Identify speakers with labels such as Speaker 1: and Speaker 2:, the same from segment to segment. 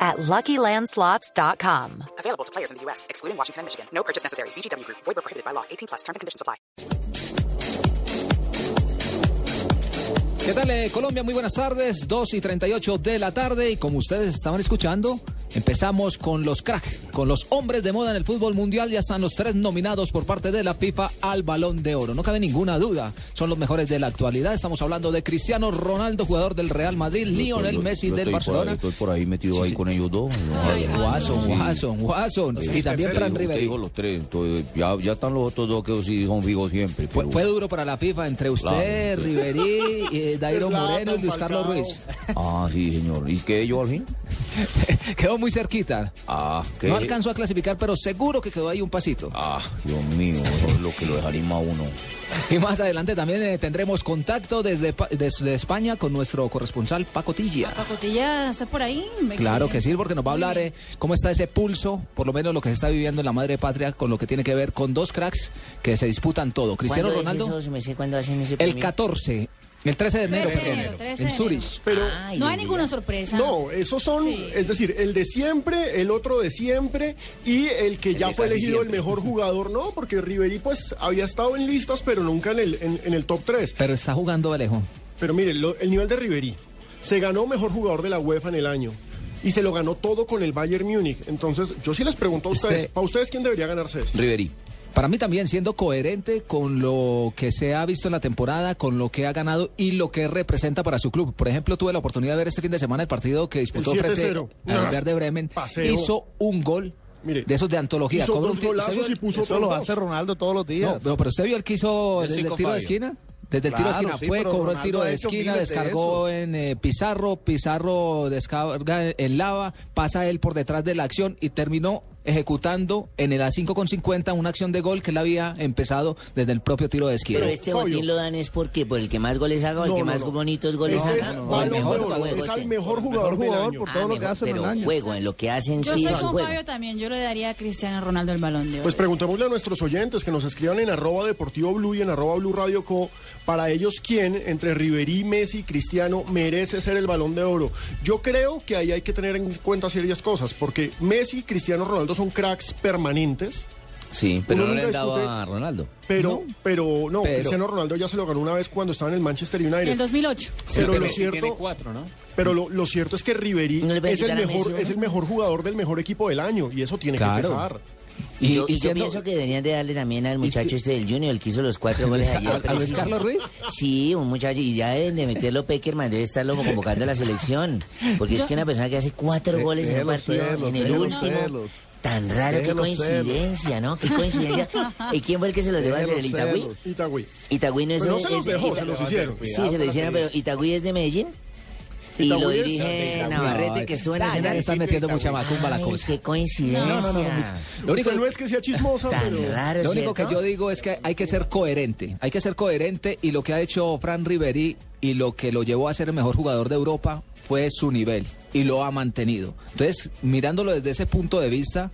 Speaker 1: at LuckyLandSlots.com.
Speaker 2: Available to players in the U.S., excluding Washington and Michigan. No purchase necessary. VGW Group. Void where prohibited by law. 18 plus. Terms and conditions apply.
Speaker 3: ¿Qué tal eh, Colombia? Muy buenas tardes, 2 y 38 de la tarde y como ustedes estaban escuchando, empezamos con los crack, con los hombres de moda en el fútbol mundial, ya están los tres nominados por parte de la FIFA al balón de oro, no cabe ninguna duda, son los mejores de la actualidad, estamos hablando de Cristiano Ronaldo, jugador del Real Madrid, Lionel
Speaker 4: Yo-
Speaker 3: Messi
Speaker 4: yo
Speaker 3: del
Speaker 4: estoy Por ahí,
Speaker 3: Barcelona.
Speaker 4: estoy por ahí metido ahí con ellos dos.
Speaker 3: Watson, Watson, Watson. Y también Fran
Speaker 4: Te
Speaker 3: Riveri.
Speaker 4: digo los tres. entonces, ya, ya están los otros dos que sí son fijos siempre.
Speaker 3: Fue,
Speaker 4: pero-
Speaker 3: fue duro para la FIFA entre usted,
Speaker 4: Claro.
Speaker 3: Riverí, eh, Dairo Moreno y Luis Carlos Ruiz.
Speaker 4: Ah, sí, señor. ¿Y qué ellos al fin?
Speaker 3: Quedó muy cerquita.
Speaker 4: Ah, que
Speaker 3: No alcanzó a clasificar, pero seguro que quedó ahí un pasito.
Speaker 4: Ah, Dios mío, eso es lo que lo dejaría a uno.
Speaker 3: Y más adelante también eh, tendremos contacto desde, pa- desde España con nuestro corresponsal Paco Tilla.
Speaker 5: Pacotilla está por ahí.
Speaker 3: Claro que sí, porque nos va a hablar eh, cómo está ese pulso, por lo menos lo que se está viviendo en la madre patria, con lo que tiene que ver con dos cracks que se disputan todo. Cristiano
Speaker 6: ¿Cuándo es
Speaker 3: Ronaldo,
Speaker 6: eso? Me sé cuándo hacen ese
Speaker 3: el
Speaker 6: premio.
Speaker 3: 14, el 13 de enero,
Speaker 5: 13 de
Speaker 3: perdón,
Speaker 5: enero, 13
Speaker 3: en
Speaker 5: de enero.
Speaker 3: Zurich.
Speaker 7: Pero
Speaker 6: Ay,
Speaker 5: No hay
Speaker 6: Dios
Speaker 5: ninguna
Speaker 6: mío.
Speaker 5: sorpresa.
Speaker 7: no, esos son,
Speaker 5: Sí.
Speaker 7: es decir, el de siempre, el otro de siempre y el que ya
Speaker 4: de
Speaker 7: fue
Speaker 4: casi
Speaker 7: elegido
Speaker 4: siempre.
Speaker 7: el mejor jugador, no, porque Ribery pues había estado en listas, pero nunca en el, en, en el top 3.
Speaker 3: Pero está jugando Alejo.
Speaker 7: Pero mire, lo- el nivel de Ribery se ganó mejor jugador de la UEFA en el año. Y se lo ganó todo con el Bayern Múnich. Entonces, yo sí les pregunto a
Speaker 3: Este-
Speaker 7: ustedes, ¿para ustedes quién debería ganarse esto?
Speaker 4: Riveri.
Speaker 3: Para mí también, siendo coherente con lo que se ha visto en la temporada, con lo que ha ganado y lo que representa para su club. Por ejemplo, tuve la oportunidad de ver este fin de semana el partido que disputó
Speaker 7: El
Speaker 3: frente
Speaker 7: 7-0.
Speaker 3: al Verde Bremen.
Speaker 7: Paseo.
Speaker 3: Hizo un gol
Speaker 7: Mire,
Speaker 3: de esos de antología.
Speaker 7: Hizo
Speaker 3: Cobra un
Speaker 7: dos
Speaker 3: tiro- ¿usted
Speaker 7: golazos
Speaker 3: vio
Speaker 7: y
Speaker 3: el-
Speaker 7: puso otros dos.
Speaker 8: Ronaldo todos los
Speaker 3: No,
Speaker 8: días.
Speaker 3: no, pero usted vio el que hizo
Speaker 8: El
Speaker 3: desde el
Speaker 8: cinco
Speaker 3: tiro de
Speaker 8: fallo.
Speaker 3: esquina. Desde el tiro de
Speaker 8: Claro,
Speaker 3: esquina
Speaker 8: sí,
Speaker 3: fue,
Speaker 8: pero
Speaker 3: cobró el
Speaker 8: Ronaldo
Speaker 3: tiro
Speaker 8: ha
Speaker 3: de
Speaker 8: hecho
Speaker 3: esquina,
Speaker 8: miles de
Speaker 3: descargó en eh, Pizarro, Pizarro descarga en lava, pasa él por detrás de la acción y terminó ejecutando en el A5 con 50 una acción de gol que él había empezado desde el propio tiro de esquina.
Speaker 6: Pero este
Speaker 7: Fabio.
Speaker 6: botín lo dan es porque por el que más goles haga o el
Speaker 7: No,
Speaker 6: que
Speaker 7: no,
Speaker 6: más
Speaker 7: no.
Speaker 6: bonitos goles
Speaker 7: Ese
Speaker 6: haga.
Speaker 7: Este es
Speaker 6: o el
Speaker 7: Balón de
Speaker 6: mejor
Speaker 7: Oro,
Speaker 6: juego
Speaker 7: es al
Speaker 6: tenga.
Speaker 7: mejor jugador,
Speaker 8: Mejor
Speaker 7: del
Speaker 8: jugador
Speaker 7: año.
Speaker 8: por
Speaker 6: Ah,
Speaker 8: todo lo que
Speaker 6: mejor,
Speaker 8: hace en
Speaker 6: pero
Speaker 8: el año.
Speaker 6: juego, pues, en lo que hacen
Speaker 5: Yo
Speaker 6: sí
Speaker 5: soy
Speaker 6: es
Speaker 5: como Fabio
Speaker 6: juego.
Speaker 5: también. Yo le daría a Cristiano Ronaldo el balón de oro.
Speaker 7: Pues preguntémosle a nuestros oyentes que nos escriban en arroba deportivo blue y en arroba blue radio co para ellos quién entre Riverí, Messi y Cristiano merece ser el balón de oro. Yo creo que ahí hay que tener en cuenta serias cosas porque Messi y Cristiano Ronaldo son cracks permanentes.
Speaker 4: Sí, pero
Speaker 7: Uno
Speaker 4: no le han
Speaker 7: nunca
Speaker 4: dado
Speaker 7: discute.
Speaker 4: a Ronaldo.
Speaker 7: Pero, no, pero no,
Speaker 3: Pero-
Speaker 7: Cristiano Ronaldo ya se lo ganó una vez cuando estaba en el Manchester United.
Speaker 5: En el 2008.
Speaker 7: pero lo cierto, pero lo, lo cierto es que Riverí
Speaker 6: ¿No le puede
Speaker 7: es el
Speaker 6: quitar a Messi
Speaker 7: mejor,
Speaker 6: uno?
Speaker 7: es el mejor jugador del mejor equipo del año y eso tiene que
Speaker 3: Claro.
Speaker 7: pesar.
Speaker 6: Y, yo, y yo
Speaker 3: siendo-
Speaker 6: pienso que deberían de darle también al muchacho
Speaker 3: si-
Speaker 6: este del Junior, el que hizo los cuatro goles
Speaker 3: ¿A-
Speaker 6: ayer.
Speaker 3: a Luis
Speaker 6: preciso.
Speaker 3: Carlos Ruiz?
Speaker 6: Sí, un muchacho. Y ya deben de meterlo Peckerman, debe estarlo convocando a la selección. Porque es que una persona que hace cuatro
Speaker 8: Eh,
Speaker 6: goles en un
Speaker 8: déjelo
Speaker 6: partido,
Speaker 8: serlo,
Speaker 6: en el
Speaker 8: déjelo
Speaker 6: último...
Speaker 8: serlo.
Speaker 6: Tan raro, qué
Speaker 8: Déjelo serlo.
Speaker 6: coincidencia, ¿no? Qué coincidencia. ¿Y quién fue el que se los dejó hacer? ¿El
Speaker 8: Déjelo
Speaker 6: Itagüí?
Speaker 8: serlo.
Speaker 7: Itagüí.
Speaker 6: Itagüí no es
Speaker 7: Pero no
Speaker 6: de-
Speaker 7: se
Speaker 6: es
Speaker 7: los
Speaker 6: de-
Speaker 7: dejó,
Speaker 6: Ita-
Speaker 7: se los hicieron.
Speaker 6: Sí, se lo hicieron, pero Itagüí es de Medellín. Y
Speaker 7: Itagüí
Speaker 6: lo
Speaker 7: es-
Speaker 6: dirige
Speaker 3: Itagüí.
Speaker 6: Navarrete, que estuvo en
Speaker 3: Ah, ya
Speaker 6: Nacional.
Speaker 3: le están metiendo mucha macumba a la
Speaker 6: Ay,
Speaker 3: cosa.
Speaker 6: Qué coincidencia.
Speaker 3: Lo único,
Speaker 7: Usted no es que sea chismosa,
Speaker 6: Tan
Speaker 7: pero...
Speaker 6: raro,
Speaker 3: lo único que
Speaker 6: ¿cierto?
Speaker 3: yo digo es que hay que ser coherente. Hay que ser coherente y lo que ha hecho Fran Riveri y lo que lo llevó a ser el mejor jugador de Europa fue su nivel y lo ha mantenido. Entonces, mirándolo desde ese punto de vista,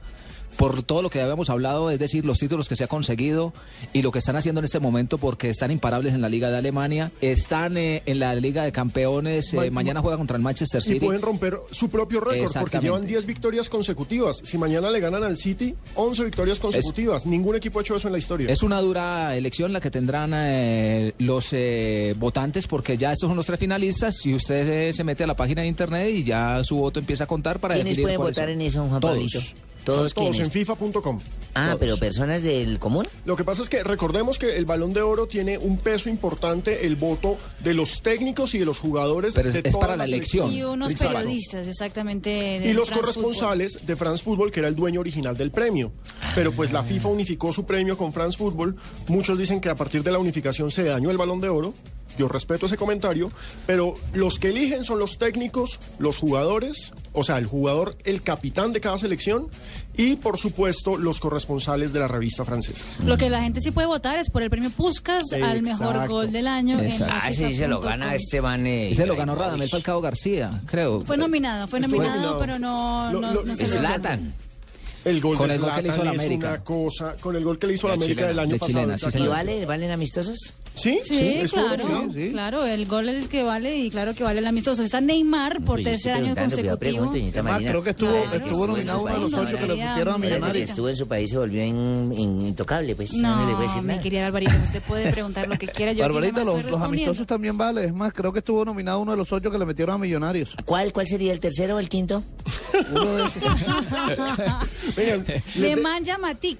Speaker 3: por todo lo que ya habíamos hablado, es decir, los títulos que se ha conseguido y lo que están haciendo en este momento porque están imparables en la Liga de Alemania, están eh, en la Liga de Campeones, eh,
Speaker 7: Ma-
Speaker 3: mañana juega contra el Manchester
Speaker 7: y
Speaker 3: City.
Speaker 7: pueden romper su propio récord porque
Speaker 3: Exactamente.
Speaker 7: llevan 10 victorias consecutivas. Si mañana le ganan al City, 11 victorias consecutivas. Ningún equipo ha hecho eso en la historia.
Speaker 3: Es una dura elección la que tendrán eh, los eh, votantes porque ya estos son los tres finalistas y usted eh, se mete a la página de internet y ya su voto empieza a contar para
Speaker 6: ¿Quiénes
Speaker 3: definir
Speaker 6: pueden
Speaker 3: cuáles
Speaker 6: votar
Speaker 3: son.
Speaker 6: en eso, Juan
Speaker 3: Todos.
Speaker 6: Pablito? Todos
Speaker 7: Todos en
Speaker 6: quienes.
Speaker 7: FIFA.com.
Speaker 6: Ah, pero personas del común.
Speaker 7: Lo que pasa es que recordemos que el balón de oro tiene un peso importante, el voto de los técnicos y de los jugadores.
Speaker 3: Pero es-
Speaker 7: de
Speaker 3: es
Speaker 7: todas
Speaker 3: para la
Speaker 7: las
Speaker 3: elección.
Speaker 5: Y unos
Speaker 3: Exacto.
Speaker 5: periodistas, exactamente. de
Speaker 7: Y los
Speaker 5: France
Speaker 7: corresponsales de France Football, que era el dueño original del premio. Pero pues la FIFA unificó su premio con France Football. Muchos dicen que a partir de la unificación se dañó el balón de oro. Yo respeto ese comentario, pero los que eligen son los técnicos, los jugadores, o sea, el jugador, el capitán de cada selección y, por supuesto, los corresponsales de la revista francesa.
Speaker 5: Lo que la gente sí puede votar es por el premio Puskas al mejor
Speaker 7: Exacto.
Speaker 5: gol del año. en
Speaker 3: Exacto.
Speaker 6: Ah, sí, se lo gana
Speaker 5: África.com.
Speaker 6: Esteban. eh,
Speaker 3: Ese lo ganó
Speaker 6: Ibrahimovic.
Speaker 3: Radamel Falcao García, creo.
Speaker 5: Fue nominado, fue
Speaker 7: Estuvo
Speaker 5: nominado,
Speaker 7: nominado.
Speaker 5: pero no,
Speaker 7: Lo-
Speaker 5: no,
Speaker 7: lo-
Speaker 5: no se lo
Speaker 6: Zlatan.
Speaker 7: El gol
Speaker 3: Con
Speaker 7: de
Speaker 3: el gol que le hizo
Speaker 7: Zlatan
Speaker 3: a la
Speaker 7: es
Speaker 3: América.
Speaker 7: una cosa, con el gol que le hizo a la
Speaker 3: La
Speaker 7: América
Speaker 3: chilena,
Speaker 7: del año
Speaker 3: de
Speaker 7: pasado.
Speaker 3: chilena, sí,
Speaker 7: exactamente.
Speaker 6: ¿Y vale, valen amistosos?
Speaker 7: Sí,
Speaker 5: Sí,
Speaker 7: estuvo
Speaker 5: claro,
Speaker 7: nominado.
Speaker 5: claro, el gol es el que vale y claro que vale el amistoso. Está Neymar por
Speaker 6: Oye, yo
Speaker 5: tercer
Speaker 6: estoy
Speaker 5: año
Speaker 6: preguntando,
Speaker 5: consecutivo.
Speaker 6: cuidado, pregunto, señorita
Speaker 8: Además,
Speaker 6: Marina.
Speaker 8: creo que estuvo-
Speaker 6: Ahora que
Speaker 5: estuvo
Speaker 6: en su
Speaker 5: nominado uno de
Speaker 6: país,
Speaker 5: los ocho
Speaker 6: ahora
Speaker 5: que lo
Speaker 6: que-
Speaker 5: metieron a
Speaker 6: ahora que
Speaker 5: Millonarios.
Speaker 6: Estuvo en su país y se volvió in- in- intocable, pues. No, le voy a
Speaker 5: No,
Speaker 6: decir
Speaker 5: mi
Speaker 6: nada.
Speaker 5: querida Barbarita, usted puede preguntar lo que quiera. Yo aquí
Speaker 8: Barbarita,
Speaker 5: nada más
Speaker 8: los,
Speaker 5: estoy
Speaker 8: los amistosos
Speaker 5: respondiendo.
Speaker 8: también vale. Es más, creo que estuvo nominado uno de los ocho que le metieron a Millonarios.
Speaker 6: ¿Cuál, ¿Cuál sería el tercero o el quinto?
Speaker 8: Uno de esos.
Speaker 7: Vengan, les
Speaker 5: Le
Speaker 7: de-
Speaker 5: manja Matic,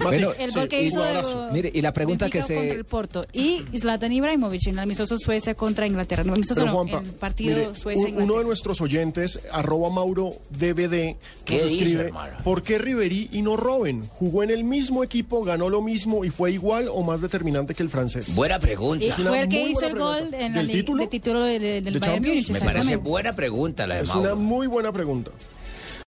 Speaker 3: Bueno,
Speaker 5: el gol que
Speaker 7: un
Speaker 5: hizo de,
Speaker 7: golazo.
Speaker 3: Mire, y la pregunta
Speaker 5: Benfica
Speaker 3: que se-
Speaker 5: contra el Porto y Zlatan Ibrahimovic en el amistoso Suecia contra Inglaterra. No, amistoso
Speaker 7: Pero,
Speaker 5: no,
Speaker 7: Juanpa,
Speaker 5: el partido
Speaker 7: mire,
Speaker 5: Suecia
Speaker 7: un-
Speaker 5: Inglaterra.
Speaker 7: uno de nuestros oyentes, arroba Mauro DVD,
Speaker 6: ¿Qué
Speaker 7: nos
Speaker 6: dice,
Speaker 7: escribe,
Speaker 6: hermano?
Speaker 7: ¿por qué Riverí y no Robin? Jugó en el mismo equipo, ganó lo mismo y fue igual o más determinante que el francés.
Speaker 6: Buena
Speaker 5: y
Speaker 6: pregunta.
Speaker 7: una
Speaker 5: fue el que
Speaker 7: muy
Speaker 5: hizo el
Speaker 7: buena
Speaker 5: gol
Speaker 7: pregunta.
Speaker 5: en la
Speaker 7: ¿Del
Speaker 5: liga-
Speaker 7: título?
Speaker 5: de título del, del
Speaker 7: ¿De
Speaker 5: Bayern
Speaker 7: Champions?
Speaker 5: Múnich.
Speaker 6: Me parece
Speaker 5: exactamente.
Speaker 6: buena pregunta la de
Speaker 7: es una
Speaker 6: Mauro.
Speaker 7: muy buena pregunta.